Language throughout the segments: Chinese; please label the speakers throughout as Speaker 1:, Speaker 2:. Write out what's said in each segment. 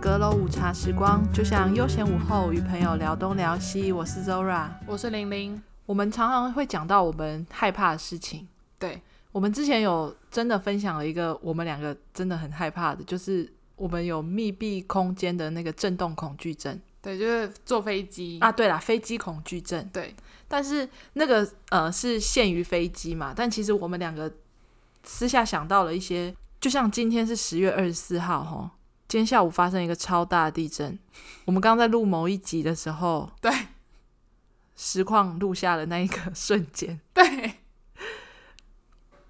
Speaker 1: 阁楼午茶时光，就像悠闲午后与朋友聊东聊西。我是 Zora，
Speaker 2: 我是玲玲。
Speaker 1: 我们常常会讲到我们害怕的事情。
Speaker 2: 对，
Speaker 1: 我们之前有真的分享了一个我们两个真的很害怕的，就是我们有密闭空间的那个震动恐惧症
Speaker 2: 对，就是坐飞机。
Speaker 1: 啊。对啦，飞机恐惧症，
Speaker 2: 对，
Speaker 1: 但是那个呃是限于飞机嘛，但其实我们两个私下想到了一些，就像今天是十月二十四号吼，今天下午发生一个超大的地震，我们刚刚在录某一集的时候，
Speaker 2: 对，
Speaker 1: 实况录下了那一个瞬间，
Speaker 2: 对，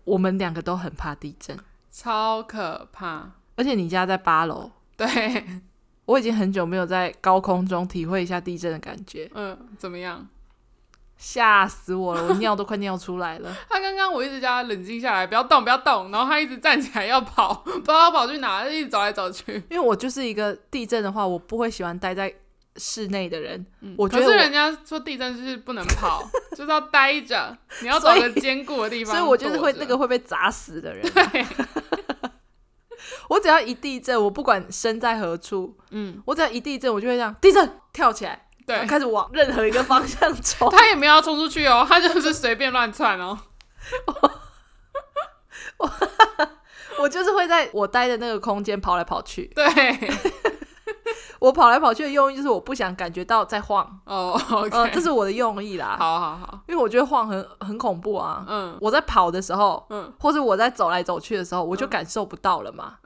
Speaker 1: 我们两个都很怕地震，
Speaker 2: 超可 怕。
Speaker 1: 而且你家在八楼，
Speaker 2: 对，
Speaker 1: 我已经很久没有在高空中体会一下地震的感觉，
Speaker 2: 嗯，怎么样？
Speaker 1: 吓死我了，我尿都快尿出来了。
Speaker 2: 他刚刚我一直叫他冷静下来，不要动，不要动，然后他一直站起来要跑， 不知道他跑去哪，一直走来走去。
Speaker 1: 因为我就是一个地震的话，我不会喜欢待在室内的人。
Speaker 2: 嗯
Speaker 1: 我觉得
Speaker 2: 可是
Speaker 1: 我
Speaker 2: 人家说地震就是不能跑，就是要待着，你要找个
Speaker 1: 所以
Speaker 2: 坚固的地方
Speaker 1: 所以
Speaker 2: 躲着。
Speaker 1: 我就是会那个会被砸死的人。
Speaker 2: 对，
Speaker 1: 我只要一地震，我不管身在何处，
Speaker 2: 嗯，
Speaker 1: 我只要一地震，我就会这样地震跳起来，然
Speaker 2: 对
Speaker 1: 后。开始往任何一个方向冲。
Speaker 2: 他也没有要冲出去哦， 他就是随便乱窜哦。
Speaker 1: 我就是会在我待的那个空间跑来跑去。
Speaker 2: 对，
Speaker 1: 我跑来跑去的用意就是我不想感觉到在晃，
Speaker 2: 哦，OK，、
Speaker 1: 呃，这是我的用意啦。
Speaker 2: 好好好，
Speaker 1: 因为我觉得晃很很恐怖啊。
Speaker 2: 嗯
Speaker 1: 我在跑的时候，
Speaker 2: 嗯，
Speaker 1: 或是我在走来走去的时候，我就感受不到了 嘛。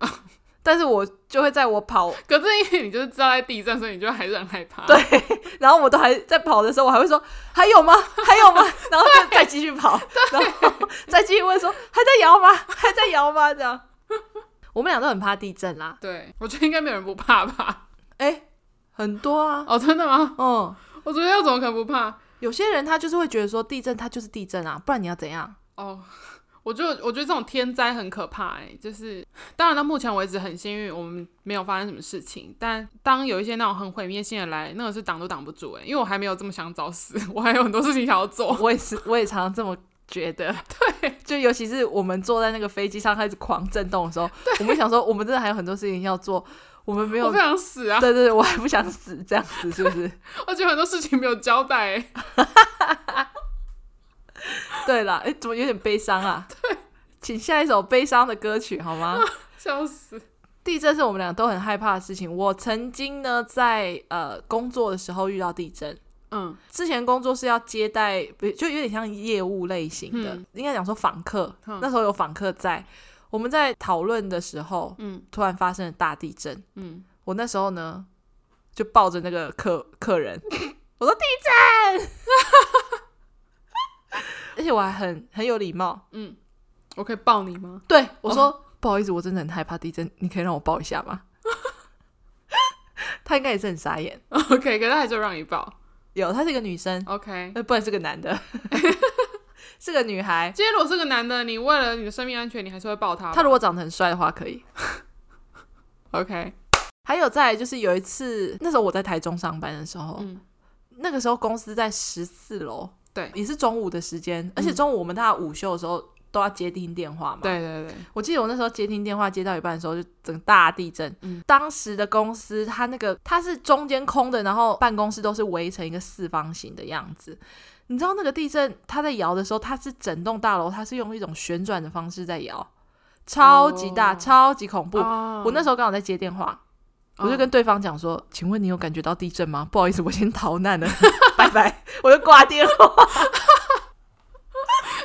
Speaker 1: 但是我就会在我跑
Speaker 2: 可是因为你就是知道在地震，所以你就还是很害怕。
Speaker 1: 对然后我都还在跑的时候，我还会说还有吗？还有 吗？然后就再继续跑，然后再继续问说还在摇吗？还在摇吗？这样， 我们俩都很怕地震啦。
Speaker 2: 对，我觉得应该没有人不怕吧？
Speaker 1: 哎，很多啊，
Speaker 2: 哦，真的吗？
Speaker 1: 嗯，
Speaker 2: 我觉得要怎么可能不怕？
Speaker 1: 有些人他就是会觉得说地震它就是地震啊，不然你要怎样？
Speaker 2: 哦， 我就我觉得这种天灾很可怕哎、就是当然到目前为止很幸运，我们没有发生什么事情。但当有一些那种很毁灭性的来，那个是挡都挡不住哎、因为我还没有这么想找死， 我还有很多事情想要做。
Speaker 1: 我也是，我也常常这么。觉得 对，就尤其是我们坐在那个飞机上开始狂震动的时候，我们想说我们真的还有很多事情要做，我们没有
Speaker 2: 我不，想死啊！
Speaker 1: 对对对，我还不想死这样子，是不是？
Speaker 2: 而且很多事情没有交代、欸，
Speaker 1: 对啦，哎、怎么有点悲伤 啊？对，请下一首悲伤的歌曲好吗？
Speaker 2: 笑死！
Speaker 1: 地震是我们俩都很害怕的事情。我曾经呢，在呃工作的时候遇到地震。
Speaker 2: 嗯，
Speaker 1: 之前工作是要接待，不就有点像业务类型的，
Speaker 2: 嗯
Speaker 1: 应该讲说访客。
Speaker 2: 嗯
Speaker 1: 那时候有访客在，我们在讨论的时候，
Speaker 2: 嗯
Speaker 1: 突然发生了大地震。
Speaker 2: 嗯，
Speaker 1: 我那时候呢，就抱着那个客客人， 我说地震， 而且我还很很有礼貌，
Speaker 2: 我可以抱你吗？
Speaker 1: 对我说、不好意思，我真的很害怕地震，你可以让我抱一下吗？ 她应该也是很傻眼。
Speaker 2: OK，可是他哦还是让你抱。
Speaker 1: 有，她是一个女生，
Speaker 2: OK，
Speaker 1: 呃，不然是个男的， 是个女孩。
Speaker 2: 今天如果是个男的，你为了你的生命安全，你还是会抱他吗。
Speaker 1: 她如果长得很帅的话，可以。
Speaker 2: OK，
Speaker 1: 还有再来就是有一次，那时候我在台中上班的时候，
Speaker 2: 嗯
Speaker 1: 那个时候公司在十四楼，
Speaker 2: 对嗯
Speaker 1: 也是中午的时间，而且中午我们大家午休的时候都要接听电话嘛。
Speaker 2: 对对对，
Speaker 1: 我记得我那时候接听电话接到一半的时候，就整个大地震。
Speaker 2: 嗯
Speaker 1: 当时的公司，它那个它是中间空的，然后办公室都是围成一个四方形的样子。你知道那个地震，它在摇的时候，它是整栋大楼，它是用一种旋转的方式在摇，超级大，
Speaker 2: 哦
Speaker 1: 超级恐怖。
Speaker 2: 哦
Speaker 1: 我那时候刚好在接电话，我就跟对方讲说：“请问你有感觉到地震吗？不好意思，我先逃难了， 拜拜。”我就挂电话。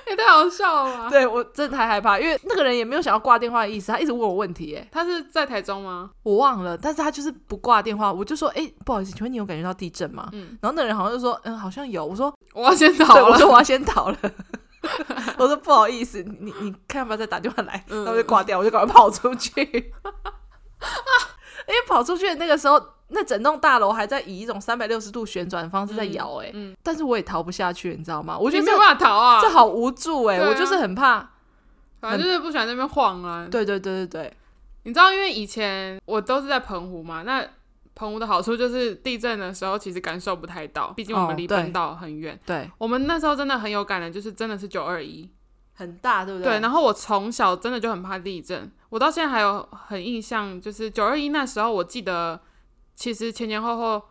Speaker 2: 也、太好笑了吧。
Speaker 1: 对我真的太害怕，因为那个人也没有想要挂电话的意思，他一直问我问题、哎。
Speaker 2: 他是在台中吗？
Speaker 1: 我忘了，但是他就是不挂电话，我就说，哎、不好意思，请问你有感觉到地震吗？
Speaker 2: 嗯，
Speaker 1: 然后那人好像就说，嗯，好像有。我说，
Speaker 2: 我要先
Speaker 1: 对，
Speaker 2: 逃
Speaker 1: 我
Speaker 2: 了。嗯
Speaker 1: 说我要先倒 了。 我说不好意思，你你你看要不要再打电话来？
Speaker 2: 嗯
Speaker 1: 然后就挂掉，我就赶快跑出 去。因为跑出去的那个时候，那整栋大楼还在以一种三百六十度旋转的方式在摇、哎、
Speaker 2: 嗯，
Speaker 1: 但是我也逃不下去，你知道吗？我
Speaker 2: 我
Speaker 1: 觉得
Speaker 2: 没
Speaker 1: 这
Speaker 2: 有办法逃啊
Speaker 1: 这，好无助、哎、
Speaker 2: 对啊
Speaker 1: 我就是很怕。
Speaker 2: 反正就是不喜欢在那边晃啊。
Speaker 1: 对对对对对，
Speaker 2: 你知道，因为以前我都是在澎湖嘛，那澎湖的好处就是地震的时候其实感受不太到，毕竟我
Speaker 1: 哦
Speaker 2: 们离
Speaker 1: 对
Speaker 2: 本岛很远。
Speaker 1: 对，
Speaker 2: 我们那时候真的很有感的，就是真的是九二一。
Speaker 1: 很大，对不啊
Speaker 2: 对，
Speaker 1: 对，
Speaker 2: 然后我从小真的就很怕地震，我到现在还有很印象，就是九二一那时候，我记得其实前前后后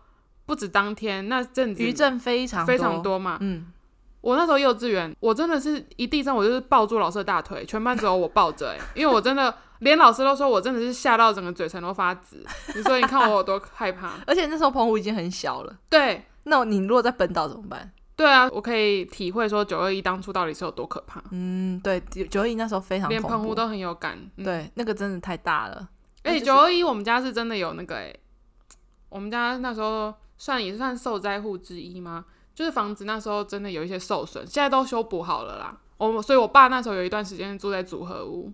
Speaker 2: 不止当天那阵子
Speaker 1: 余震非常
Speaker 2: 非常，多嘛。
Speaker 1: 嗯，
Speaker 2: 我那时候幼稚园，我真的是一地震，我就是抱住老师的大腿，全班只有我抱着、欸，因为我真的连老师都说我真的是吓到整个嘴唇都发紫。你说你看我有多害怕？
Speaker 1: 而且那时候澎湖已经很小了，
Speaker 2: 对
Speaker 1: 那你如果在本岛怎么办？
Speaker 2: 对啊，我可以体会说九二一当初到底是有多可怕，
Speaker 1: 嗯，对，九九一那时候非常
Speaker 2: 连澎
Speaker 1: 恐
Speaker 2: 湖
Speaker 1: 怖，
Speaker 2: 都很有感。嗯、
Speaker 1: 对，那个真的太大了，那
Speaker 2: 哎、
Speaker 1: 就是
Speaker 2: 九二一我们家是真的有那个哎、我们家那时候算也算受灾户之一吗？就是房子那时候真的有一些受损，现在都修补好了啦。我所以，我爸那时候有一段时间住在组合屋，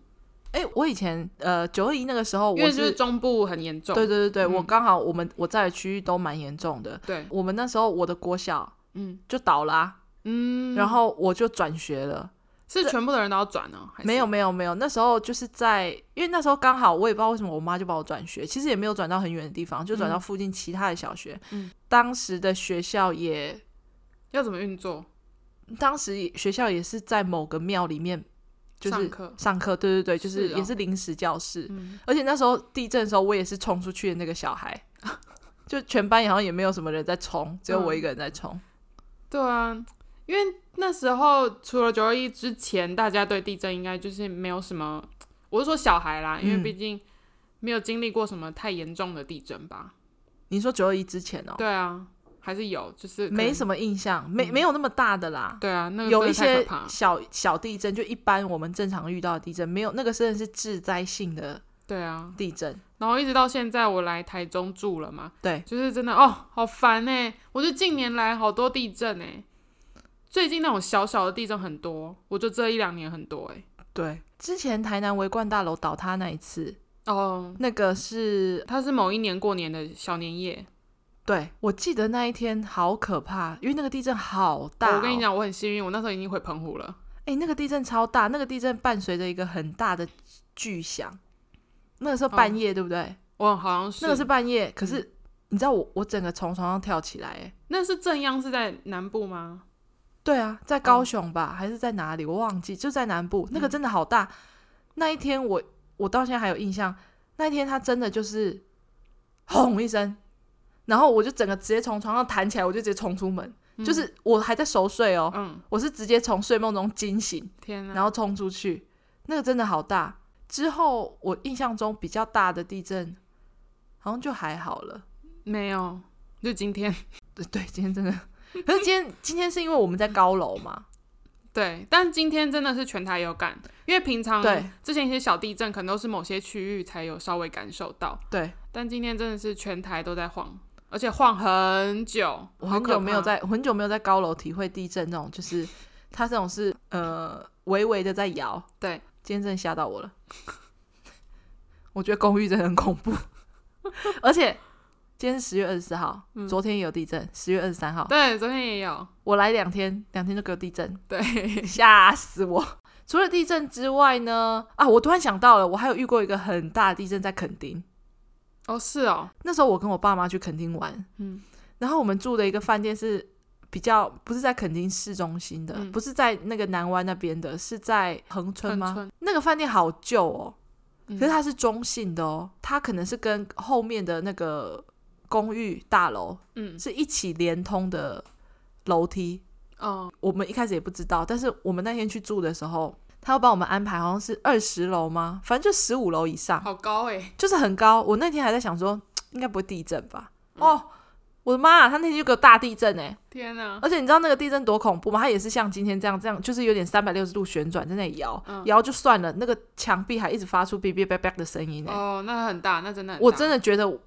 Speaker 1: 哎、我以前呃九二一那个时候
Speaker 2: 因为
Speaker 1: 我
Speaker 2: 就是中部很严重。
Speaker 1: 对对对对，
Speaker 2: 嗯
Speaker 1: 我刚好我们我在的区域都蛮严重的，
Speaker 2: 对，
Speaker 1: 我们那时候我的国小
Speaker 2: 嗯
Speaker 1: 就倒啦、
Speaker 2: 嗯，
Speaker 1: 然后我就转学了。
Speaker 2: 是全部的人都要转哦、还是
Speaker 1: 没有，没有没有，那时候就是在，因为那时候刚好我也不知道为什么我妈就把我转学，其实也没有转到很远的地方，就转到附近其他的小学。
Speaker 2: 嗯，
Speaker 1: 当时的学校也，
Speaker 2: 要怎么运作？
Speaker 1: 当时也学校也是在某个庙里面，就是
Speaker 2: 上课，
Speaker 1: 上课，对对对，就是
Speaker 2: 是哦
Speaker 1: 也是临时教室。
Speaker 2: 嗯，
Speaker 1: 而且那时候地震的时候，我也是冲出去的那个小 孩，就全班好像也没有什么人在冲，只有我一
Speaker 2: 嗯
Speaker 1: 个人在冲。
Speaker 2: 对啊，因为那时候除了九二一之前，大家对地震应该就是没有什么，我是说小孩啦，因为
Speaker 1: 嗯
Speaker 2: 毕竟没有经历过什么太严重的地震吧。
Speaker 1: 你说九二一之前哦，
Speaker 2: 对啊，还是有，就是
Speaker 1: 没
Speaker 2: 么。
Speaker 1: 什么印象，没
Speaker 2: 嗯
Speaker 1: 没有那么大的啦。
Speaker 2: 对啊，那个
Speaker 1: 有一
Speaker 2: 真的太
Speaker 1: 些
Speaker 2: 可怕。
Speaker 1: 小小地震，就一般我们正常遇到的地震，没有那个真的是致灾性的
Speaker 2: 对啊，
Speaker 1: 地震。
Speaker 2: 然后一直到现在我来台中住了嘛，
Speaker 1: 对，
Speaker 2: 就是真的哦，好烦哎、我觉得近年来好多地震哎、最近那种小小的地震很多，我就这一两年很多哎、
Speaker 1: 对，之前台南维冠大楼倒塌那一次，
Speaker 2: 哦，
Speaker 1: 那个是
Speaker 2: 它是某一年过年的小年夜。
Speaker 1: 对我记得那一天好可怕，因为那个地震好大、哦
Speaker 2: 我跟你，讲，我很幸运，我那时候已经回澎湖了。
Speaker 1: 哎、那个地震超大，那个地震伴随着一个很大的巨响，那个时候半夜、对不对？
Speaker 2: 我好像哦是嗯
Speaker 1: 那个是半夜，可是、你知道我我整个从床上跳起来、哎，
Speaker 2: 那是正央是在南部吗？
Speaker 1: 对啊，在
Speaker 2: 哦
Speaker 1: 高雄吧，还是在哪里？我忘记，就在南部。那
Speaker 2: 嗯
Speaker 1: 个真的好大。那一天我我到现在还有印象，那一天它真的就是轰一声，然后我就整个直接从床上弹起来，我就直接冲出门，
Speaker 2: 嗯
Speaker 1: 就是我还在熟睡哦，
Speaker 2: 嗯，
Speaker 1: 我是直接从睡梦中惊醒，
Speaker 2: 天哪！
Speaker 1: 然后冲出去。那个真的好大。之后我印象中比较大的地震，好像就还好了。
Speaker 2: 没有，就今天。
Speaker 1: 对 对，今天真的，可是今天今天是因为我们在高楼嘛，
Speaker 2: 对，但今天真的是全台有感，因为平常
Speaker 1: 对
Speaker 2: 之前一些小地震可能都是某些区域才有稍微感受到，
Speaker 1: 对。
Speaker 2: 但今天真的是全台都在晃，而且晃很久，
Speaker 1: 我
Speaker 2: 好
Speaker 1: 很
Speaker 2: 可
Speaker 1: 久没有
Speaker 2: 怕
Speaker 1: 在，我很久没有在高楼体会地震那种，就是它这种是呃微微的在摇。
Speaker 2: 对，
Speaker 1: 今天真的吓到我了。 我觉得公寓真的很恐 怖，而且今天是十月二十四号，
Speaker 2: 嗯
Speaker 1: 昨天也有地震，十月二十三号，
Speaker 2: 对，昨天也有，
Speaker 1: 我来两天，两天就给我地震，
Speaker 2: 对，
Speaker 1: 吓死我！除了地震之外呢，啊，我突然想到了，我还有遇过一个很大的地震在垦丁，
Speaker 2: 哦是哦，
Speaker 1: 那时候我跟我爸妈去垦丁玩，
Speaker 2: 嗯，
Speaker 1: 然后我们住的一个饭店是比较不是在垦丁市中心的，
Speaker 2: 嗯
Speaker 1: 不是在那个南湾那边的，是在恒春吗？
Speaker 2: 恒春
Speaker 1: 那个饭店好旧哦，
Speaker 2: 嗯
Speaker 1: 可是它是中性的哦，它可能是跟后面的那个公寓大楼
Speaker 2: 嗯
Speaker 1: 是一起连通的楼梯，
Speaker 2: 哦
Speaker 1: 我们一开始也不知道，但是我们那天去住的时候。他要帮我们安排，好像是二十楼吗？反正就十五楼以上，
Speaker 2: 好高哎，
Speaker 1: 就是很高。我那天还在想说，应该不会地震吧？
Speaker 2: 嗯
Speaker 1: 哦，我的妈、啊！他那天就给我大地震哎、
Speaker 2: 天 哪，
Speaker 1: 而且你知道那个地震多恐怖吗？它也是像今天这样，这样就是有点三百六十度旋转在那里摇，
Speaker 2: 嗯
Speaker 1: 摇、就算了，那个墙壁还一直发出哔哔叭叭的声音哎、
Speaker 2: 哦那很大，那真的很大，
Speaker 1: 我真的觉得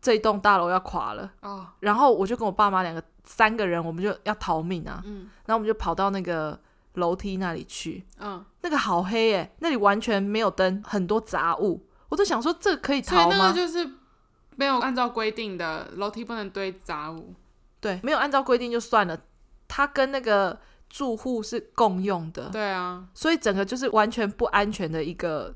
Speaker 1: 这一栋大楼要垮了。
Speaker 2: 哦
Speaker 1: 然后我就跟我爸妈两个三个人，我们就要逃命啊，
Speaker 2: 嗯
Speaker 1: 然后我们就跑到那个楼梯那里去，
Speaker 2: 嗯，
Speaker 1: 那个好黑哎、那里完全没有灯，很多杂物，我都想说这可以
Speaker 2: 所以
Speaker 1: 逃吗？
Speaker 2: 那个就是没有按照规定的楼梯不能堆杂物，
Speaker 1: 对，没有按照规定就算了，他跟那个住户是共用的，
Speaker 2: 对啊，
Speaker 1: 所以整个就是完全不安全的一个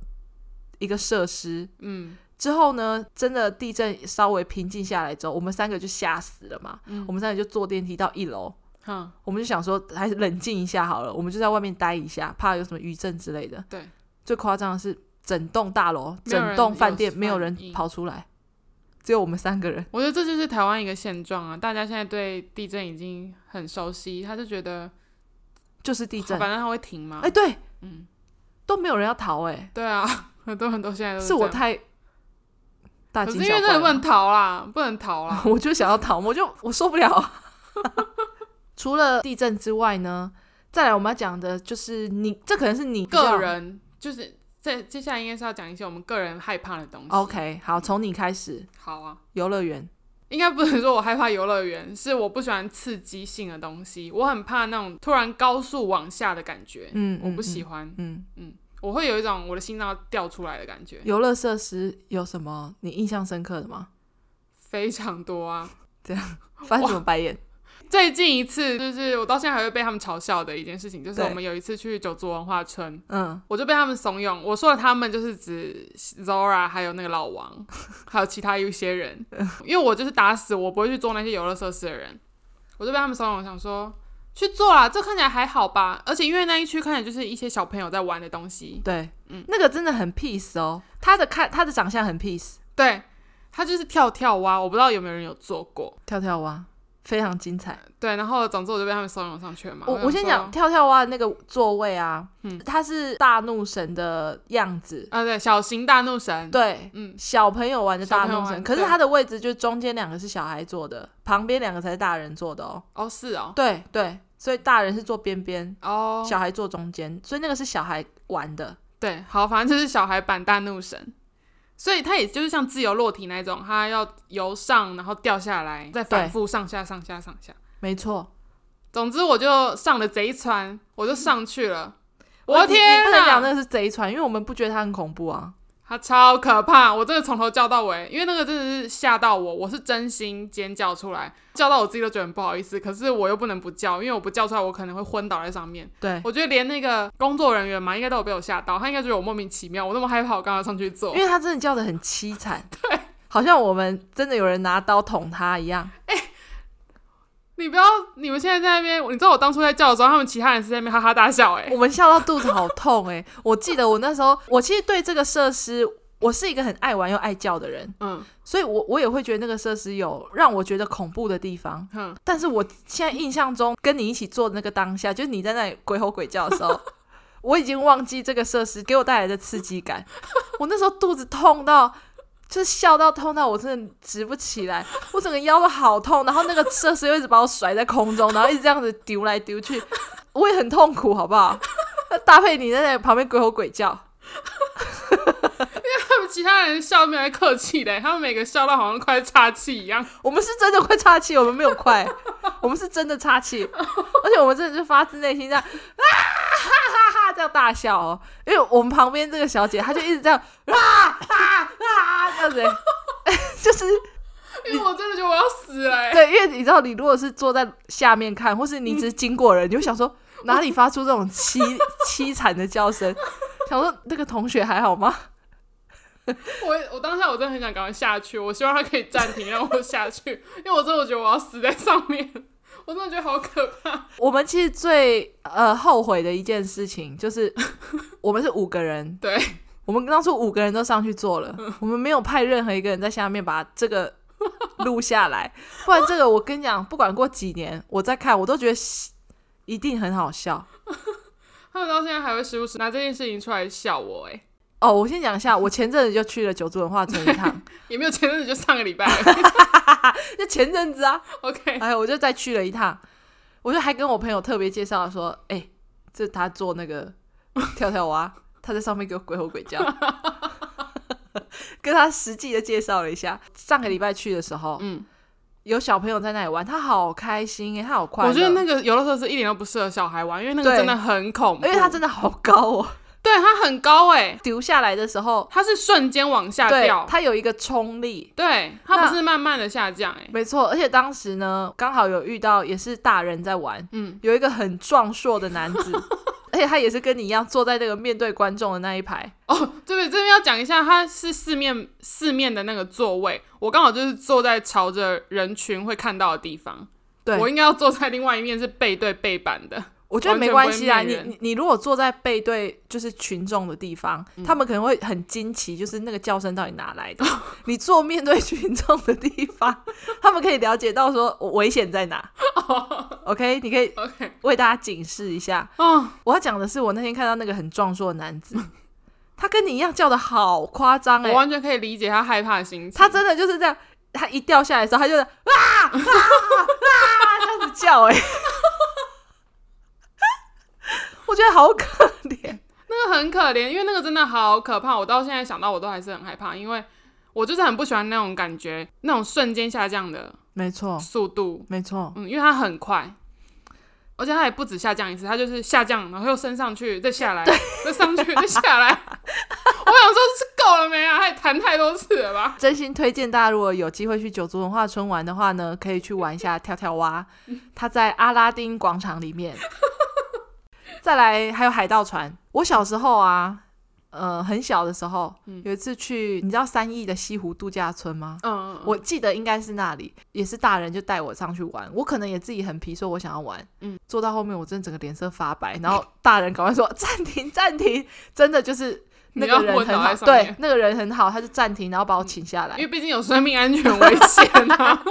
Speaker 1: 一个设施。
Speaker 2: 嗯
Speaker 1: 之后呢，真的地震稍微平静下来之后，我们三个就吓死了嘛，
Speaker 2: 嗯
Speaker 1: 我们三个就坐电梯到一楼。
Speaker 2: 哼，
Speaker 1: 我们就想说，还是冷静一下好了。我们就在外面待一下，怕有什么余震之类的。
Speaker 2: 对，
Speaker 1: 最夸张的是，整栋大楼、
Speaker 2: 没有人
Speaker 1: 整栋饭店
Speaker 2: 有
Speaker 1: 没有
Speaker 2: 反
Speaker 1: 人
Speaker 2: 应
Speaker 1: 跑出来，只有我们三个人。
Speaker 2: 我觉得这就是台湾一个现状啊，大家现在对地震已经很熟悉，他就觉得
Speaker 1: 就是地震，哎、
Speaker 2: 反正它会停嘛。
Speaker 1: 对，
Speaker 2: 嗯，
Speaker 1: 都没有人要逃、
Speaker 2: 对啊，很多很多现在
Speaker 1: 哎，
Speaker 2: 都
Speaker 1: 是我
Speaker 2: 这样
Speaker 1: 太大
Speaker 2: 可
Speaker 1: 惊
Speaker 2: 是因
Speaker 1: 小
Speaker 2: 为真的不
Speaker 1: 怪
Speaker 2: 能
Speaker 1: 了，。
Speaker 2: 逃啦，不能逃啦
Speaker 1: 我就想要逃，我就我受不了 啊。除了地震之外呢，再来我们要讲的就是你，这可能是你比较
Speaker 2: 个人就是这接下来应该是要讲一些我们个人害怕的东西。
Speaker 1: OK，好，从你开始，
Speaker 2: 好啊，
Speaker 1: 游乐园。
Speaker 2: 应该不能说我害怕游乐园，是我不喜欢刺激性的东西，我很怕那种突然高速往下的感觉，
Speaker 1: 嗯，
Speaker 2: 我不喜
Speaker 1: 欢。
Speaker 2: 欢，
Speaker 1: 嗯，
Speaker 2: 我会有一种我的心脏要掉出来的感觉，
Speaker 1: 游乐设施有什么你印象深刻的吗？
Speaker 2: 非常多啊。
Speaker 1: 翻什么白眼？
Speaker 2: 最近一次就是我到现在还会被他们嘲笑的一件事情，就是
Speaker 1: 对
Speaker 2: 我们有一次去九族文化村，
Speaker 1: 嗯，
Speaker 2: 我就被他们怂恿。我说的他们就是指 Zora，还有那个老王， 还有其他一些人，因为我就是打死我不会去做那些游乐设施的人，我就被他们怂恿，想说去做啦，这看起来还好吧。而且因为那一区看起来就是一些小朋友在玩的东西，
Speaker 1: 对，
Speaker 2: 嗯
Speaker 1: 那个真的很 peace 哦，他的看他的长相很 peace，
Speaker 2: 对，它就是跳跳蛙，我不知道有没有人有做过。
Speaker 1: 跳跳蛙非常精彩。
Speaker 2: 对，然后总之我就被他们怂哎恿上去了嘛。
Speaker 1: 我我先
Speaker 2: 想
Speaker 1: 讲
Speaker 2: 说
Speaker 1: 跳跳蛙的那个座位啊，
Speaker 2: 嗯
Speaker 1: 它是大怒神的样子，
Speaker 2: 啊，对，小型大怒神，
Speaker 1: 对。
Speaker 2: 嗯，
Speaker 1: 小朋友玩的大
Speaker 2: 小朋友
Speaker 1: 怒
Speaker 2: 玩
Speaker 1: 神，可是
Speaker 2: 对
Speaker 1: 它的位置就是中间两个是小孩坐的，旁边两个才是大人坐的哦。
Speaker 2: 哦，是哦，
Speaker 1: 对对，所以大人是坐边边，
Speaker 2: 哦，
Speaker 1: 小孩坐中间，所以那个是小孩玩的。
Speaker 2: 对，好，反正就是小孩版大怒神，所以它也就是像自由落体那一种，它要由上然后掉下来，再反
Speaker 1: 对
Speaker 2: 复上下上下上下。
Speaker 1: 没错，
Speaker 2: 总之我就上了贼船，我就上去了。我的
Speaker 1: 你你
Speaker 2: 天
Speaker 1: 不能讲那
Speaker 2: 呐，
Speaker 1: 个是贼船，因为我们不觉得它很恐怖啊。
Speaker 2: 它超可怕！我真的从头叫到尾，因为那个真的是吓到我，我是真心尖叫出来，叫到我自己都觉得很不好意思。可是我又不能不叫，因为我不叫出来，我可能会昏倒在上面。
Speaker 1: 对，
Speaker 2: 我觉得连那个工作人员嘛，应该都有被我吓到，他应该觉得我莫名其妙，我那么害怕，我刚刚上去做
Speaker 1: 因。为它真的叫的很凄 惨，对，好像我们真的有人拿刀捅它一样。
Speaker 2: 你不要，你们现在在那边，你知道我当初在叫的时候，他们其他人是在那边哈哈大笑、欸，
Speaker 1: 我们笑到肚子好痛哎、我记得我那时候，我其实对这个设施，我是一个很爱玩又爱叫的人，
Speaker 2: 嗯
Speaker 1: 所以我我也会觉得那个设施有让我觉得恐怖的地方。
Speaker 2: 哼，
Speaker 1: 但是我现在印象中跟你一起做的那个当下，就是你在那里鬼吼鬼叫的时候，我已经忘记这个设施给我带来的刺激感。我那时候肚子痛到，就是笑到痛到我真的直不起来，我整个腰都好痛，然后那个设施又一直把我甩在空中，然后一直这样子丢来丢去，我也很痛苦，好不好？那搭配你在那里旁边鬼吼鬼叫，
Speaker 2: 他们其他人笑没有在客气的、他们每个笑到好像快岔气一样。
Speaker 1: 我们是真的快岔气，我们没有快，我们是真的岔气，而且我们真的是发自内心这样啊哈哈哈这样大笑哦，因为我们旁边这个小姐她就一直这样啊啊啊这样子、 就是
Speaker 2: 因为我真的觉得我要死了、欸，
Speaker 1: 对，因为你知道你如果是坐在下面看，或是你只是经过人，你就想说哪里发出这种凄凄惨的叫声，想说那个同学还好吗？
Speaker 2: 我我当下我真的很想赶快下去，我希望他可以暂停让我下去，因为我真的觉得我要死在上面，我真的觉得好可怕。
Speaker 1: 我们其实最呃后悔的一件事情就是， 我们是五个人，
Speaker 2: 对，
Speaker 1: 我们当初五个人都上去做了，我们没有派任何一个人在下面把这个录下来，不然这个我跟你讲，不管过几年我再看，我都觉得一定很好笑。
Speaker 2: 他们到现在还会时不时拿这件事情出来笑我、欸，
Speaker 1: 哦，我先讲一下，我前阵子就去了九族文化村一趟，
Speaker 2: 也没有前阵子就上个礼拜
Speaker 1: 就前阵子啊，
Speaker 2: ，OK，
Speaker 1: 哎，我就再去了一趟，我就还跟我朋友特别介绍说，哎、这他做那个 跳跳蛙，他在上面给我鬼吼鬼 叫，跟他实际的介绍了一下。上个礼拜去的时候，
Speaker 2: 嗯，
Speaker 1: 有小朋友在那里玩，他好开心哎、他好快乐，
Speaker 2: 我觉得那个游乐设施一点都不适合小孩玩，因为那个
Speaker 1: 对
Speaker 2: 真的很恐怖，
Speaker 1: 因为他真的好高哦，
Speaker 2: 对它很高哎、
Speaker 1: 丢下来的时候，
Speaker 2: 它是瞬间往下
Speaker 1: 对，
Speaker 2: 掉，
Speaker 1: 他有一个冲力。
Speaker 2: 对，它
Speaker 1: 那
Speaker 2: 不是慢慢的下降哎、
Speaker 1: 没错，而且当时呢，刚好有遇到也是大人在玩，
Speaker 2: 嗯，
Speaker 1: 有一个很壮硕的男子，而且他也是跟你一样坐在那个面对观众的那一排，
Speaker 2: 哦这边这边要讲一下，它是四面四面的那个座位，我刚好就是坐在朝着人群会看到的地方，
Speaker 1: 对
Speaker 2: 我应该要坐在另外一面是背对背板的，
Speaker 1: 我觉得
Speaker 2: 完全
Speaker 1: 没
Speaker 2: 不
Speaker 1: 关
Speaker 2: 会
Speaker 1: 系啊，
Speaker 2: 灭
Speaker 1: 你
Speaker 2: 人
Speaker 1: 你你如果坐在背对就是群众的地方，
Speaker 2: 嗯
Speaker 1: 他们可能会很惊奇，就是那个叫声到底哪来的。你坐面对群众的地方，他们可以了解到说我危险在哪。OK，你可以
Speaker 2: 哦 OK，
Speaker 1: 为大家警示一下。
Speaker 2: 哦，
Speaker 1: 我要讲的是，我那天看到那个很壮硕的男子，他跟你一样叫的好夸张哎
Speaker 2: 我，完全可以理解他害怕的心情。
Speaker 1: 他真的就是这样，他一掉下来的时候，他就是啊啊啊这样子叫哎、我觉得好可怜。
Speaker 2: 那个很可怜，因为那个真的好可怕，我到现在想到我都还是很害怕，因为我就是很不喜欢那种感觉，那种瞬间下降的
Speaker 1: 没错，
Speaker 2: 速度，
Speaker 1: 没错，
Speaker 2: 嗯，因为它很快，而且它也不止下降一次，它就是下降，然后又升上去，再下来，再上去，再下 来。我想说，是够了没啊？他也弹太多次了吧？
Speaker 1: 真心推荐大家，如果有机会去九族文化村玩的话呢，可以去玩一下跳跳蛙，它在阿拉丁广场里面。再来还有海盗船，我小时候啊，呃，很小的时候，有一次去，你知道三义的西湖度假村吗？
Speaker 2: 嗯，嗯
Speaker 1: 我记得应该是那里，也是大人就带我上去玩，我可能也自己很皮，说我想要玩，
Speaker 2: 嗯，
Speaker 1: 坐到后面我真的整个脸色发白，然后大人赶快说暂停暂停，真的就是那个
Speaker 2: 你要
Speaker 1: 人
Speaker 2: 昏
Speaker 1: 很
Speaker 2: 倒在
Speaker 1: 好，
Speaker 2: 上
Speaker 1: 对
Speaker 2: 面，嗯
Speaker 1: 那个人很好，他就暂停，然后把我请下来，
Speaker 2: 因为毕竟有生命安全危险 啊。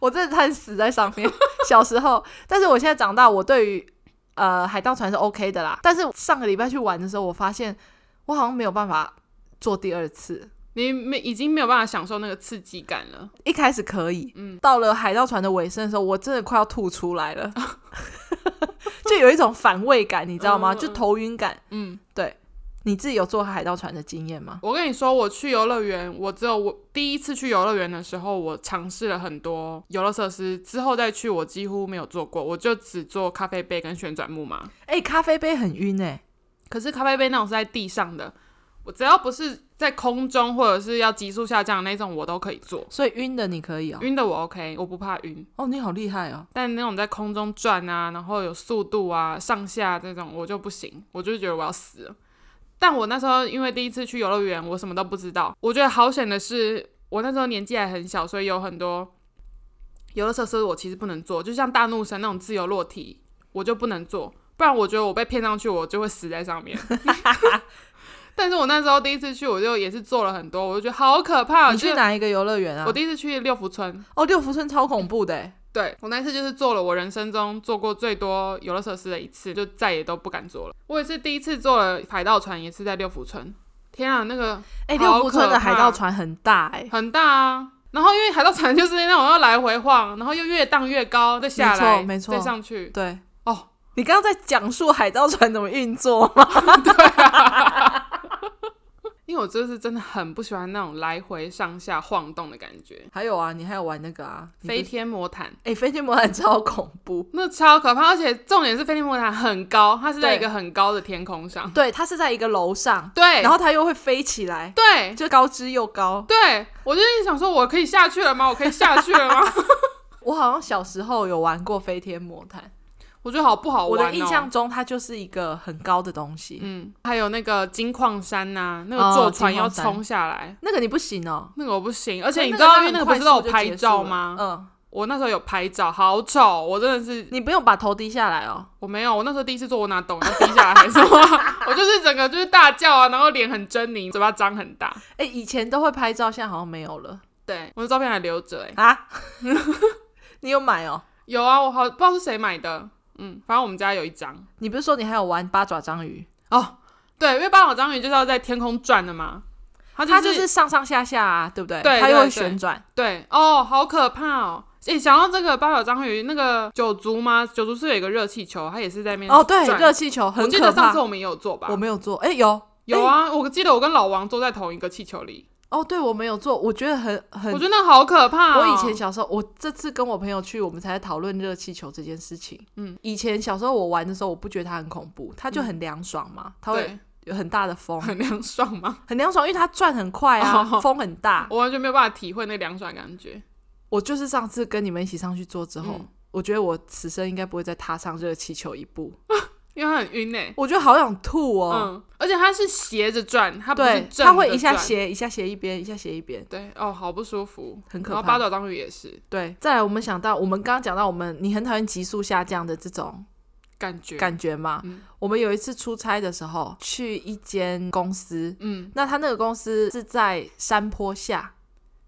Speaker 1: 我真的差点死在上面。小时候，但是我现在长大，我对于呃海盗船是 OK 的啦，但是上个礼拜去玩的时候，我发现我好像没有办法做第二次，
Speaker 2: 你没已经没有办法享受那个刺激感了。
Speaker 1: 一开始可以，
Speaker 2: 嗯
Speaker 1: 到了海盗船的尾声的时候，我真的快要吐出来 了，就有一种反胃感，你知道吗？
Speaker 2: 嗯嗯
Speaker 1: 就头晕感。
Speaker 2: 嗯，
Speaker 1: 对，你自己有坐海盗船的经验吗？
Speaker 2: 我跟你说，我去游乐园，我只有我第一次去游乐园的时候，我尝试了很多游乐设施，之后再去我几乎没有做过，我就只做咖啡杯跟旋转木马。
Speaker 1: 哎、咖啡杯很晕哎、
Speaker 2: 可是咖啡杯那种是在地上的，我只要不是在空中或者是要急速下降的那种，我都可以做。
Speaker 1: 所以晕的你可以哦、
Speaker 2: 晕的我 OK，我不怕晕，
Speaker 1: 哦，你好厉害哦、
Speaker 2: 但那种在空中转啊，然后有速度啊、上下这种，我就不行，我就觉得我要死了。但我那时候因为第一次去游乐园，我什么都不知道。我觉得好险的是，我那时候年纪还很小，所以有很多游乐设施我其实不能做，就像大怒神那种自由落体，我就不能做，不然我觉得我被骗上去，我就会死在 上面。但是我那时候第一次去，我就也是做了很多，我就觉得好可怕。
Speaker 1: 你去
Speaker 2: 就
Speaker 1: 哪一个游乐园啊
Speaker 2: 啊我？第一次去六福村，
Speaker 1: 哦，六福村超恐怖的、欸，
Speaker 2: 对我那次就是做了我人生中做过最多游乐设施的一次，就再也都不敢做了。我也是第一次做了海盗船，也是在六福村。天啊，那个
Speaker 1: 哎、
Speaker 2: 好
Speaker 1: 六福村的
Speaker 2: 可怕
Speaker 1: 海盗船很大哎、
Speaker 2: 很大啊！然后因为海盗船就是那种要来回晃，然后又越荡越高，再下来，
Speaker 1: 没错没错
Speaker 2: 再上去。
Speaker 1: 对，
Speaker 2: 哦，
Speaker 1: 你刚刚在讲述海盗船怎么运作吗？
Speaker 2: 因为我就是真的很不喜欢那种来回上下晃动的感觉。
Speaker 1: 还有啊，你还有玩那个啊，你不
Speaker 2: 飞
Speaker 1: 是
Speaker 2: 天魔毯
Speaker 1: 哎、飞天魔毯超恐怖。
Speaker 2: 那超可怕，而且重点是飞天魔毯很高，它是
Speaker 1: 对
Speaker 2: 在一个很高的天空上。
Speaker 1: 对，它是在一个楼上，
Speaker 2: 对，
Speaker 1: 然后它又会飞起来，
Speaker 2: 对，
Speaker 1: 就高枝又高。
Speaker 2: 对，我就是想说，我可以下去了吗？我可以下去了吗？
Speaker 1: 我好像小时候有玩过飞天魔毯，
Speaker 2: 我觉得好不好
Speaker 1: 我
Speaker 2: 玩、哦？
Speaker 1: 的印象，中它就是一个很高的东西。
Speaker 2: 嗯，还有那个金矿山呐、那个
Speaker 1: 哦
Speaker 2: 坐船
Speaker 1: 金
Speaker 2: 要
Speaker 1: 矿山
Speaker 2: 冲下来，
Speaker 1: 那个你不行哦，
Speaker 2: 那个我不行。而且
Speaker 1: 可
Speaker 2: 你
Speaker 1: 是
Speaker 2: 知道，
Speaker 1: 那
Speaker 2: 因为
Speaker 1: 个很
Speaker 2: 那个不
Speaker 1: 快
Speaker 2: 是都有
Speaker 1: 速就
Speaker 2: 拍
Speaker 1: 结束
Speaker 2: 照
Speaker 1: 了
Speaker 2: 吗？
Speaker 1: 嗯，
Speaker 2: 我那时候有拍照，好丑，我真的是
Speaker 1: 你不用把头低下来哦。
Speaker 2: 我没有，我那时候第一次做，我哪懂要低下来还是什么？ 我就是整个就是大叫啊，然后脸很狰狞，嘴巴张很大。
Speaker 1: 哎、以前都会拍照，现在好像没有了
Speaker 2: 对，我的照片还留着哎、
Speaker 1: 啊。 你有买哦？
Speaker 2: 有啊，我好不知道是谁买的，嗯，反正我们家有一张
Speaker 1: 你不是说你还有玩八爪章鱼？
Speaker 2: 哦，对，因为八宝章鱼就是要在天空转的嘛，它
Speaker 1: 它就是上上下下、啊，对不对？
Speaker 2: 对
Speaker 1: 它又
Speaker 2: 对
Speaker 1: 会
Speaker 2: 对
Speaker 1: 旋转。
Speaker 2: 对哦，好可怕哦！诶，想到这个八爪章鱼，那个九族吗？九族是有一个热气球，它也是在那边
Speaker 1: 哦，对，
Speaker 2: 转
Speaker 1: 热气球
Speaker 2: 我
Speaker 1: 很
Speaker 2: 记
Speaker 1: 可
Speaker 2: 得上次
Speaker 1: 怕。
Speaker 2: 我们也有做吧？
Speaker 1: 我没有做，哎、有
Speaker 2: 有啊，我记得我跟老王坐在同一个气球里，
Speaker 1: 哦，对我没有做，我觉得很很
Speaker 2: 我觉得那好可怕、
Speaker 1: 我
Speaker 2: 哦。
Speaker 1: 以前小时候，我这次跟我朋友去，我们才在讨论热气球这件事情。
Speaker 2: 嗯，
Speaker 1: 以前小时候我玩的时候，我不觉得它很恐怖，它就很凉爽嘛，它会
Speaker 2: 嗯对
Speaker 1: 有很大的风，
Speaker 2: 很凉爽嘛，
Speaker 1: 很凉爽，因为它转很快啊，
Speaker 2: 哦
Speaker 1: 风很大。
Speaker 2: 我完全没有办法体会那凉爽的感觉。
Speaker 1: 我就是上次跟你们一起上去做之后，
Speaker 2: 嗯
Speaker 1: 我觉得我此生应该不会再踏上热气球一步，
Speaker 2: 因为它很晕诶、
Speaker 1: 我觉得好想吐哦。
Speaker 2: 嗯，而且它是斜着转，它不是
Speaker 1: 对
Speaker 2: 正，着
Speaker 1: 它会一下
Speaker 2: 转。
Speaker 1: 斜一下斜一边，一下斜一边。
Speaker 2: 对哦，好不舒服，
Speaker 1: 很可
Speaker 2: 然后
Speaker 1: 怕
Speaker 2: 八爪章鱼也是
Speaker 1: 对，再来我们想到，我们刚刚讲到我们，你很讨厌急速下降的这种
Speaker 2: 感觉
Speaker 1: 感觉嘛。
Speaker 2: 嗯
Speaker 1: 我们有一次出差的时候，去一间公司，
Speaker 2: 嗯，
Speaker 1: 那他那个公司是在山坡下，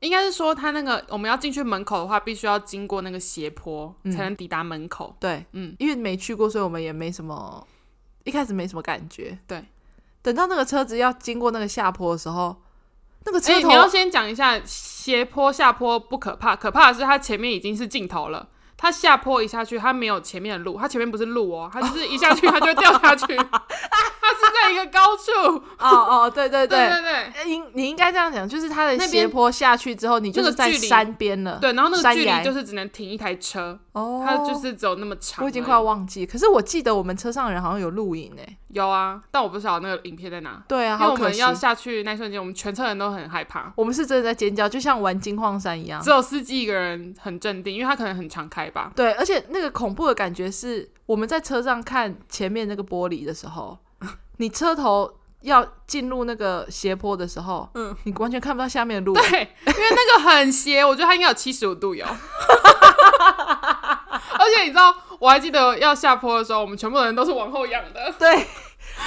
Speaker 2: 应该是说他那个我们要进去门口的话，必须要经过那个斜坡、
Speaker 1: 嗯
Speaker 2: 才能抵达门口。
Speaker 1: 对，
Speaker 2: 嗯，
Speaker 1: 因为没去过，所以我们也没什么，一开始没什么感觉。
Speaker 2: 对，
Speaker 1: 等到那个车子要经过那个下坡的时候，那个车
Speaker 2: 哎、
Speaker 1: 头、
Speaker 2: 你要先讲一下斜坡下坡不可怕，可怕的是它前面已经是尽头了。它下坡一下去，它没有前面的路，它前面不是路哦，它就是一下去它就会掉下去，它是在一个高处。
Speaker 1: 哦哦，对对
Speaker 2: 对
Speaker 1: 对，
Speaker 2: 对对
Speaker 1: 呃应你应该这样讲，就是它的
Speaker 2: 那边
Speaker 1: 斜坡下去之后，你就
Speaker 2: 那
Speaker 1: 是
Speaker 2: 个
Speaker 1: 在
Speaker 2: 距离
Speaker 1: 山边了。
Speaker 2: 对，然后那个
Speaker 1: 山
Speaker 2: 距离
Speaker 1: 崖
Speaker 2: 就是只能停一台车，
Speaker 1: 哦，
Speaker 2: 它就是只有那么长而已。
Speaker 1: 我已经快要忘记，可是我记得我们车上人好像有录影诶。
Speaker 2: 有啊，但我不晓得那个影片在哪。
Speaker 1: 对啊，
Speaker 2: 因为
Speaker 1: 好
Speaker 2: 我
Speaker 1: 可
Speaker 2: 们
Speaker 1: 惜。
Speaker 2: 要下去那一瞬间，我们全车人都很害怕，
Speaker 1: 我们是真的在尖叫，就像玩金矿山一样
Speaker 2: 只。有司机一个人很镇定，因为他可能很常开吧。
Speaker 1: 对，而且那个恐怖的感觉是，我们在车上看前面那个玻璃的时 候，你车头要进入那个斜坡的时候，
Speaker 2: 嗯，
Speaker 1: 你完全看不到下面的路。
Speaker 2: 对，因为那个很斜，我觉得它应该有七十五度有。而且你知道，我还记得要下坡的时候，我们全部人都是往后仰的，
Speaker 1: 对，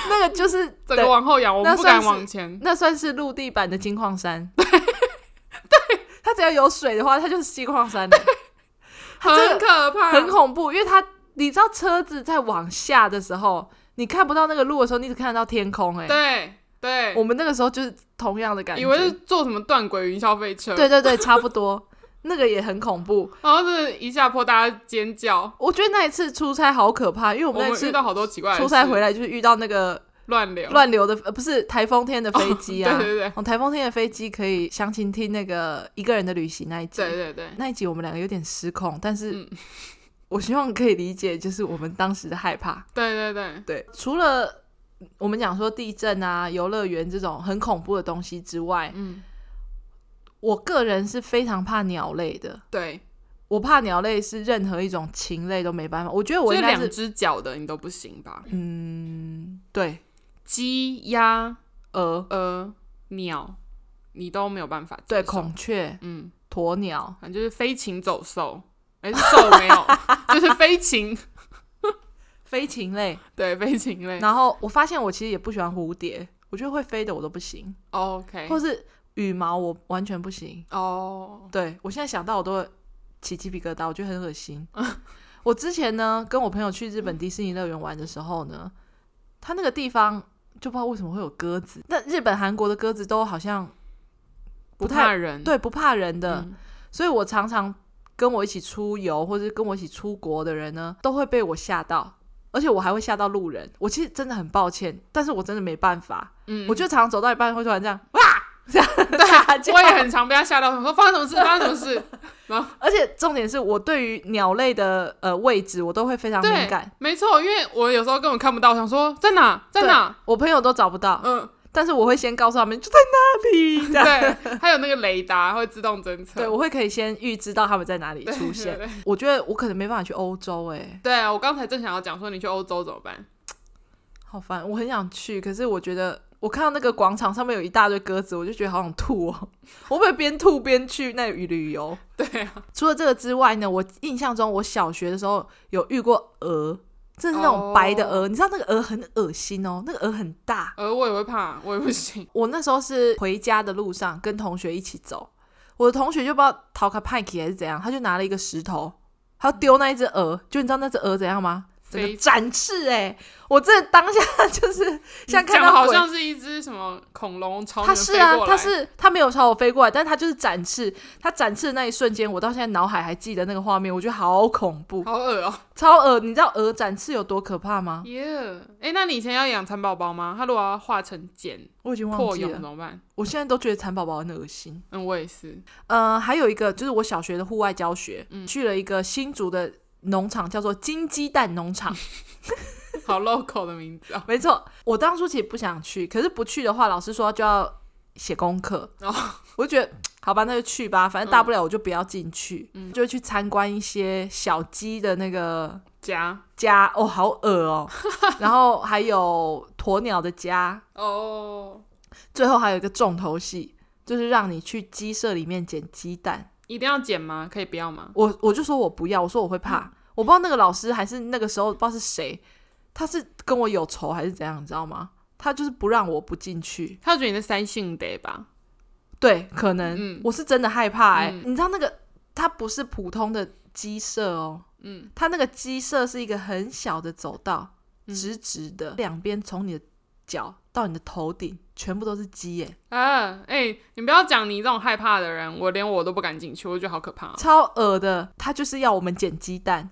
Speaker 1: 那个就是
Speaker 2: 整个
Speaker 1: 对
Speaker 2: 往后仰，我们
Speaker 1: 那
Speaker 2: 不敢
Speaker 1: 算是
Speaker 2: 往前。
Speaker 1: 那算是陆地版的金矿山。 对，它只要有水的话，它就是金矿山了，它这
Speaker 2: 很
Speaker 1: 个
Speaker 2: 可怕，
Speaker 1: 很恐怖。因为它，你知道车子在往下的时候，你看不到那个路的时候，你只看得到天空、欸。
Speaker 2: 对对，
Speaker 1: 我们那个时候就是同样的感觉，
Speaker 2: 以为是坐什么断轨云霄飞车，
Speaker 1: 对，对对，差不多， 那个也很恐怖。
Speaker 2: 然后是一下坡大家尖叫，
Speaker 1: 我觉得那一次出差好可怕，因为我
Speaker 2: 我
Speaker 1: 们
Speaker 2: 们
Speaker 1: 那次
Speaker 2: 遇到好多奇怪的
Speaker 1: 出差
Speaker 2: 事
Speaker 1: 回来就是遇到那个
Speaker 2: 乱流，
Speaker 1: 乱流的，呃，不是台风天的飞机啊。
Speaker 2: 对对对
Speaker 1: 哦，台风天的飞机可以详情听那个一个人的旅行那一集。
Speaker 2: 对对对，
Speaker 1: 那一集我们两个有点失控，但是、
Speaker 2: 嗯
Speaker 1: 我希望可以理解，就是我们当时的害怕。
Speaker 2: 对对对，
Speaker 1: 对，除了我们讲说地震啊、游乐园这种很恐怖的东西之外，
Speaker 2: 嗯，
Speaker 1: 我个人是非常怕鸟类的。
Speaker 2: 对，
Speaker 1: 我怕鸟类是任何一种禽类都没办法。我觉得我
Speaker 2: 所以
Speaker 1: 应该
Speaker 2: 两
Speaker 1: 是
Speaker 2: 只脚的你都不行吧？
Speaker 1: 嗯，对，
Speaker 2: 鸡、鸭、
Speaker 1: 鹅，
Speaker 2: 鹅、鸟，你都没有办法接
Speaker 1: 对，
Speaker 2: 受，
Speaker 1: 孔雀、
Speaker 2: 嗯，
Speaker 1: 鸵鸟，
Speaker 2: 反正就是飞禽走兽，哎、是兽没 有，就是飞禽，
Speaker 1: 飞禽类。
Speaker 2: 对，飞禽类。
Speaker 1: 然后我发现我其实也不喜欢蝴蝶，我觉得会飞的我都不行，
Speaker 2: 哦 OK，
Speaker 1: 或是羽毛我完全不行。
Speaker 2: 哦，
Speaker 1: 对我现在想到我都会起鸡皮疙瘩，我觉得很恶 心。我之前呢跟我朋友去日本迪士尼乐园玩的时候呢，他那个地方就不知道为什么会有鸽子，那日本、韩国的鸽子都好像不太
Speaker 2: 怕人，
Speaker 1: 对不怕人的，
Speaker 2: 嗯
Speaker 1: 所以我常常跟我一起出游或者跟我一起出国的人呢，都会被我吓到，而且我还会吓到路人。我其实真的很抱歉，但是我真的没办法，
Speaker 2: 嗯
Speaker 1: 我就常常走到一半会突然这样哇 这样啊大叫
Speaker 2: 嗯我。也很常被他吓到，想说发生什么事，发生什么 事，
Speaker 1: 哦而且重点是我对于鸟类的呃位置，我都会非常敏
Speaker 2: 对
Speaker 1: 感，，
Speaker 2: 没错，因为我有时候根本看不到，想说在哪，在哪，
Speaker 1: 我朋友都找不到，
Speaker 2: 嗯，
Speaker 1: 但是我会先告诉他们就在那里。这样
Speaker 2: 对，还有那个雷达会自动侦测，
Speaker 1: 对，我会可以先预知到他们在哪里
Speaker 2: 对
Speaker 1: 出现。
Speaker 2: 对对
Speaker 1: 我觉得我可能没办法去欧洲、欸，哎，
Speaker 2: 对啊，我刚才正想要讲说你去欧洲怎么办，
Speaker 1: 好烦，我很想去，可是我觉得我看到那个广场上面有一大堆鸽子，我就觉得好想吐哦。 我会不会边吐边去那里旅游？
Speaker 2: 对 啊，
Speaker 1: 除了这个之外呢，我印象中我小学的时候有遇过鹅，真的是那种
Speaker 2: 哦
Speaker 1: 白的鹅你知道那个鹅很恶心哦，那个鹅很大。
Speaker 2: 呃，我也会怕，我也不行，
Speaker 1: 我那时候是回家的路上跟同学一起走，我的同学就不知道逃卡派克还是怎样，他就拿了一个石头，他要丢那一只鹅，就你知道那只鹅怎样吗？整个
Speaker 2: 飞
Speaker 1: 展翅哎、我真的当下 就是 像看
Speaker 2: 讲
Speaker 1: 到
Speaker 2: 好
Speaker 1: 鬼
Speaker 2: 像是一只什么恐龙朝你
Speaker 1: 它
Speaker 2: 们
Speaker 1: 是
Speaker 2: 飞
Speaker 1: 啊
Speaker 2: 过，来
Speaker 1: 它是它没有朝我飞过来，但是它就是展翅，它展翅的那一瞬间，我到现在脑海还记得那个画面，我觉得好恐怖，
Speaker 2: 好恶哦、
Speaker 1: 超恶！你知道鹅展翅有多可怕吗？
Speaker 2: 耶！哎，那你以前要养蚕宝宝吗？它如果要化成茧
Speaker 1: 我已经忘
Speaker 2: 破
Speaker 1: 记
Speaker 2: 蛹
Speaker 1: 了
Speaker 2: 怎，么办？
Speaker 1: 我现在都觉得蚕宝宝很恶心。
Speaker 2: 嗯，我也是。
Speaker 1: 呃，还有一个就是我小学的户外教学，
Speaker 2: 嗯
Speaker 1: 去了一个新竹的农场，叫做金鸡蛋农 场。
Speaker 2: 好 local 的名字哦。
Speaker 1: 没错，我当初其实不想去，可是不去的话，老师说就要写功课，
Speaker 2: 哦嗯
Speaker 1: 我就觉得好吧，那就去吧，反正大不了我就不要进去，就会去参观一些小鸡的那个
Speaker 2: 家
Speaker 1: 家，哦，好恶 哦，然后还有鸵鸟的家，
Speaker 2: 哦，
Speaker 1: 最后还有一个重头戏，就是让你去鸡舍里面捡鸡蛋，
Speaker 2: 一定要剪吗？可以不要吗？嗯
Speaker 1: 我我就说我不要，我说我会怕。我不知道那个老师还是那个时候不知道是谁，他是跟我有仇还是怎样，你知道吗？他就是不让我不进去，
Speaker 2: 他觉得你是塞性得吧？
Speaker 1: 对，可能、
Speaker 2: 嗯
Speaker 1: 我是真的害怕哎、
Speaker 2: 嗯
Speaker 1: 你知道那个它不是普通的鸡舍哦，
Speaker 2: 嗯，
Speaker 1: 它那个鸡舍是一个很小的走道，
Speaker 2: 嗯
Speaker 1: 直直的，两边从你的脚到你的头顶全部都是鸡哎，
Speaker 2: 啊，哎、你不要讲你这种害怕的人，我连我都不敢进去，我觉得好可怕哦、
Speaker 1: 超恶的。他就是要我们捡鸡蛋，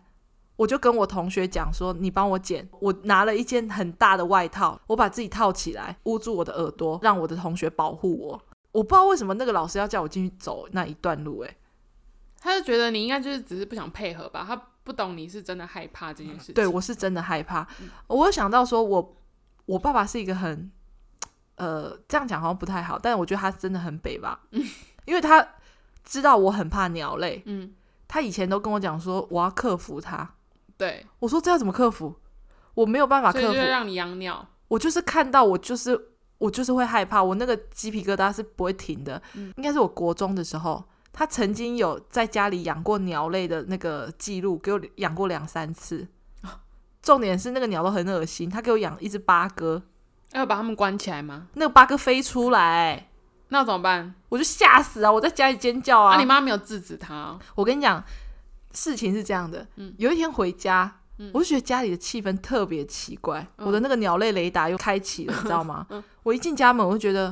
Speaker 1: 我就跟我同学讲说，你帮我捡。我拿了一件很大的外套，我把自己套起来，捂住我的耳朵，让我的同学保护我。我不知道为什么那个老师要叫我进去走那一段路哎。
Speaker 2: 他就觉得你应该就是只是不想配合吧，他不懂你是真的害怕这件事
Speaker 1: 嗯
Speaker 2: 情。
Speaker 1: 对我是真的害怕。我有想到说我，我爸爸是一个很，呃，这样讲好像不太好，但我觉得他真的很北吧，因为他知道我很怕鸟类，
Speaker 2: 嗯，
Speaker 1: 他以前都跟我讲说我要克服它。
Speaker 2: 对，
Speaker 1: 我说这要怎么克服？我没有办法
Speaker 2: 所以
Speaker 1: 克
Speaker 2: 就
Speaker 1: 服，
Speaker 2: 是让你养鸟。
Speaker 1: 我就是看到我就是我就是会害怕，我那个鸡皮疙瘩是不会停的。
Speaker 2: 嗯
Speaker 1: 应该是我国中的时候，他曾经有在家里养过鸟类的那个记录，给我养过两三次。
Speaker 2: 哦
Speaker 1: 重点是那个鸟都很恶心，他给我养一只八哥，
Speaker 2: 要把他们关起来吗？
Speaker 1: 那个八哥飞出来，
Speaker 2: 那怎么办？
Speaker 1: 我就吓死啊！我在家里尖叫
Speaker 2: 啊，
Speaker 1: 啊！
Speaker 2: 你妈没有制止他哦、
Speaker 1: 我跟你讲，事情是这样的，
Speaker 2: 嗯
Speaker 1: 有一天回家，我就觉得家里的气氛特别奇怪，
Speaker 2: 嗯
Speaker 1: 我的那个鸟类雷达又开启了，你知道吗？ 我一进家门，我就觉得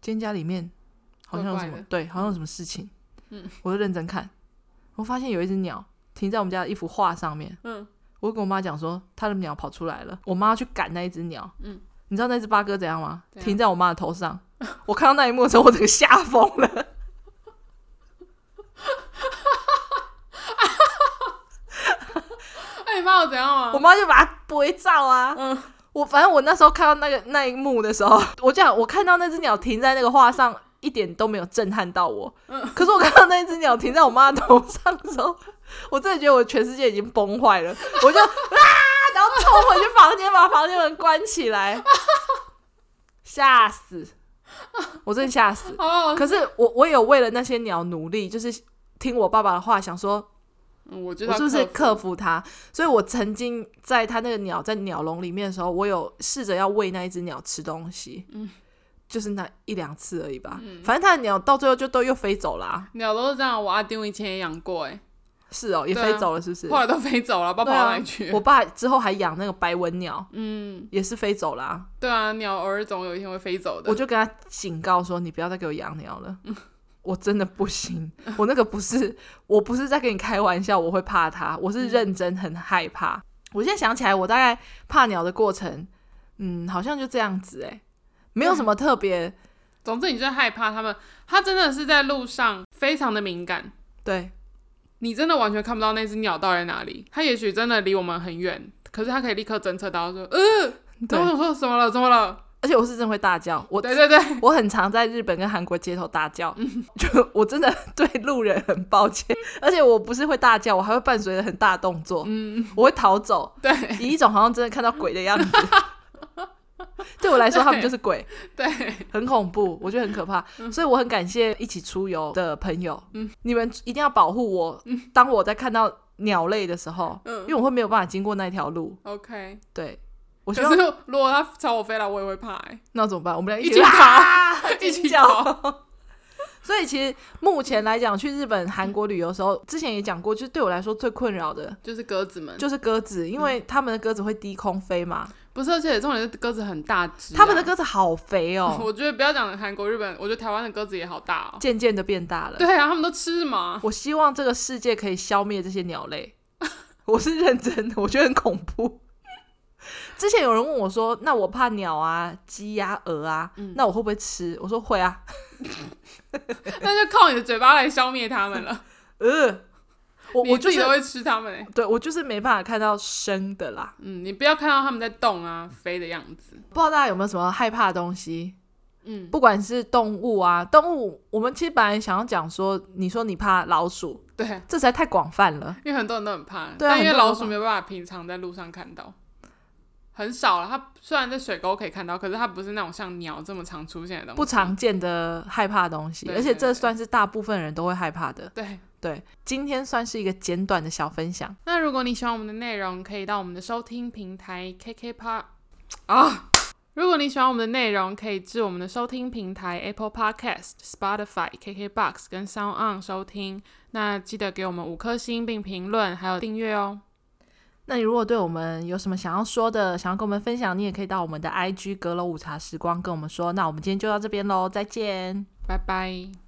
Speaker 1: 今天家里面好像有什
Speaker 2: 怪
Speaker 1: 么
Speaker 2: 怪的，嗯
Speaker 1: 对，好像有什么事情，我就认真看，我发现有一只鸟停在我们家的一幅画上面，
Speaker 2: 嗯，
Speaker 1: 我就跟我妈讲说，她的鸟跑出来了，我妈要去赶那一只鸟，
Speaker 2: 嗯，
Speaker 1: 你知道那只八哥怎样吗？
Speaker 2: 怎样
Speaker 1: 停在我妈的头上， 我看到那一幕的时候，我整个吓疯了。
Speaker 2: 哎、你妈有怎样吗？
Speaker 1: 我妈就把它拍照啊。
Speaker 2: 嗯
Speaker 1: 我反正我那时候看到那个那一幕的时候， 我讲我看到那只鸟停在那个画上，一点都没有震撼到我。可是我看到那只鸟停在我妈的头上的时候， 我真的觉得我全世界已经崩坏了，我就 啊，然后冲回去房间，把房间门关起来， 吓死！我真的吓死。
Speaker 2: 哦，
Speaker 1: 可是我我有为了那些鸟努力，就是听我爸爸的话，想说
Speaker 2: 嗯我知
Speaker 1: 我
Speaker 2: 道，
Speaker 1: 是不是克服它？所以我曾经在它那个鸟在鸟笼里面的时候，我有试着要喂那一只鸟吃东西，
Speaker 2: 嗯，
Speaker 1: 就是那一两次而已吧。反正它的鸟到最后就都又飞走啦、
Speaker 2: 鸟都是这样？我阿丁以前也养过、哎，
Speaker 1: 是哦，也
Speaker 2: 对啊
Speaker 1: 飞走了，是不是？
Speaker 2: 后来都飞走了，不知道跑到哪里去
Speaker 1: 对啊。我爸之后还养那个白纹鸟，
Speaker 2: 嗯，
Speaker 1: 也是飞走啦、
Speaker 2: 对啊，鸟偶尔总有一天会飞走的。
Speaker 1: 我就跟他警告说：“你不要再给我养鸟了，我真的不行。我那个不是，我不是在跟你开玩笑，我会怕它，我是认真很害怕。我现在想起来，我大概怕鸟的过程，嗯，好像就这样子、欸，没有什么特别。
Speaker 2: 总之，你就是害怕他们，他真的是在路上非常的敏感，
Speaker 1: 对，
Speaker 2: 你真的完全看不到那只鸟到底在哪里。它也许真的离我们很远，可是它可以立刻侦测到说，呃，
Speaker 1: 对
Speaker 2: 然后我说怎么了？怎么了？
Speaker 1: 而且我是真的会大叫，我
Speaker 2: 对对对，
Speaker 1: 我很常在日本跟韩国街头大叫，
Speaker 2: 嗯
Speaker 1: 就我真的对路人很抱歉，而且我不是会大叫，我还会伴随着很大动作，
Speaker 2: 嗯，
Speaker 1: 我会逃走，
Speaker 2: 对
Speaker 1: 以一种好像真的看到鬼的 样子。对我来说，他们就是鬼，
Speaker 2: 对，
Speaker 1: 很恐怖，我觉得很可怕。
Speaker 2: 嗯
Speaker 1: 所以我很感谢一起出游的朋友，你们一定要保护我。当我在看到鸟类的时候，
Speaker 2: 嗯
Speaker 1: 因为我会没有办法经过那条路，
Speaker 2: OK。
Speaker 1: 对我
Speaker 2: 可
Speaker 1: 希望
Speaker 2: 是如果它朝我飞来，我也会怕、欸，
Speaker 1: 那怎么办？我们俩
Speaker 2: 一
Speaker 1: 起
Speaker 2: 起逃
Speaker 1: 啊
Speaker 2: 一起
Speaker 1: 尖叫。
Speaker 2: 逃
Speaker 1: 所以其实目前来讲，去日本、韩国旅游的时候，之前也讲过，就是对我来说最困扰的
Speaker 2: 就是鸽子们，
Speaker 1: 就是鸽子，因
Speaker 2: 嗯
Speaker 1: 为他们的鸽子会低空飞嘛，
Speaker 2: 不是，而且重点是鸽子很大只啊、，
Speaker 1: 他们的鸽子好肥哦
Speaker 2: 我觉得不要讲韩国、日本，我觉得台湾的鸽子也好大哦。
Speaker 1: 渐渐的变大了。
Speaker 2: 对啊，他们都吃什么？
Speaker 1: 我希望这个世界可以消灭这些鸟类，我是认真的，我觉得很恐怖。之前有人问我说：“那我怕鸟啊、鸡呀、鹅啊，
Speaker 2: 嗯
Speaker 1: 那我会不会吃？”我说：“会啊。
Speaker 2: 那就靠你的嘴巴来消灭他们了。”
Speaker 1: 呃， 我
Speaker 2: 你
Speaker 1: 我就
Speaker 2: 自己
Speaker 1: 是
Speaker 2: 都会吃他们、欸。
Speaker 1: 对我就是没办法看到生的啦。
Speaker 2: 嗯，你不要看到他们在动啊、飞的样子。
Speaker 1: 不知道大家有没有什么害怕的东西？
Speaker 2: 嗯，
Speaker 1: 不管是动物啊，动物，我们其实本来想要讲说，你说你怕老鼠，
Speaker 2: 对，
Speaker 1: 这实在太广泛了。
Speaker 2: 因为很多人都很怕，
Speaker 1: 对啊
Speaker 2: 但因为
Speaker 1: 很多人
Speaker 2: 老
Speaker 1: 都
Speaker 2: 鼠没有办法平常在路上看到，很少了。它虽然在水沟可以看到，可是它不是那种像鸟这么常出现的东西。
Speaker 1: 不常见的害怕的东西，
Speaker 2: 对
Speaker 1: 而且
Speaker 2: 对
Speaker 1: 这
Speaker 2: 对
Speaker 1: 算是大部分人都会害怕的。
Speaker 2: 对，
Speaker 1: 对，今天算是一个简短的小分享。
Speaker 2: 那如果你喜欢我们的内容，可以到我们的收听平台 KK Park 啊。如果你喜欢我们的内容，可以至我们的收听平台 Apple Podcast、Spotify、KKBox 跟 Sound On 收听。那记得给我们五颗星并评论，还有订阅哦。
Speaker 1: 那你如果对我们有什么想要说的，想要跟我们分享，你也可以到我们的 IG 阁楼午茶时光跟我们说。那我们今天就到这边喽，再见。
Speaker 2: 拜拜。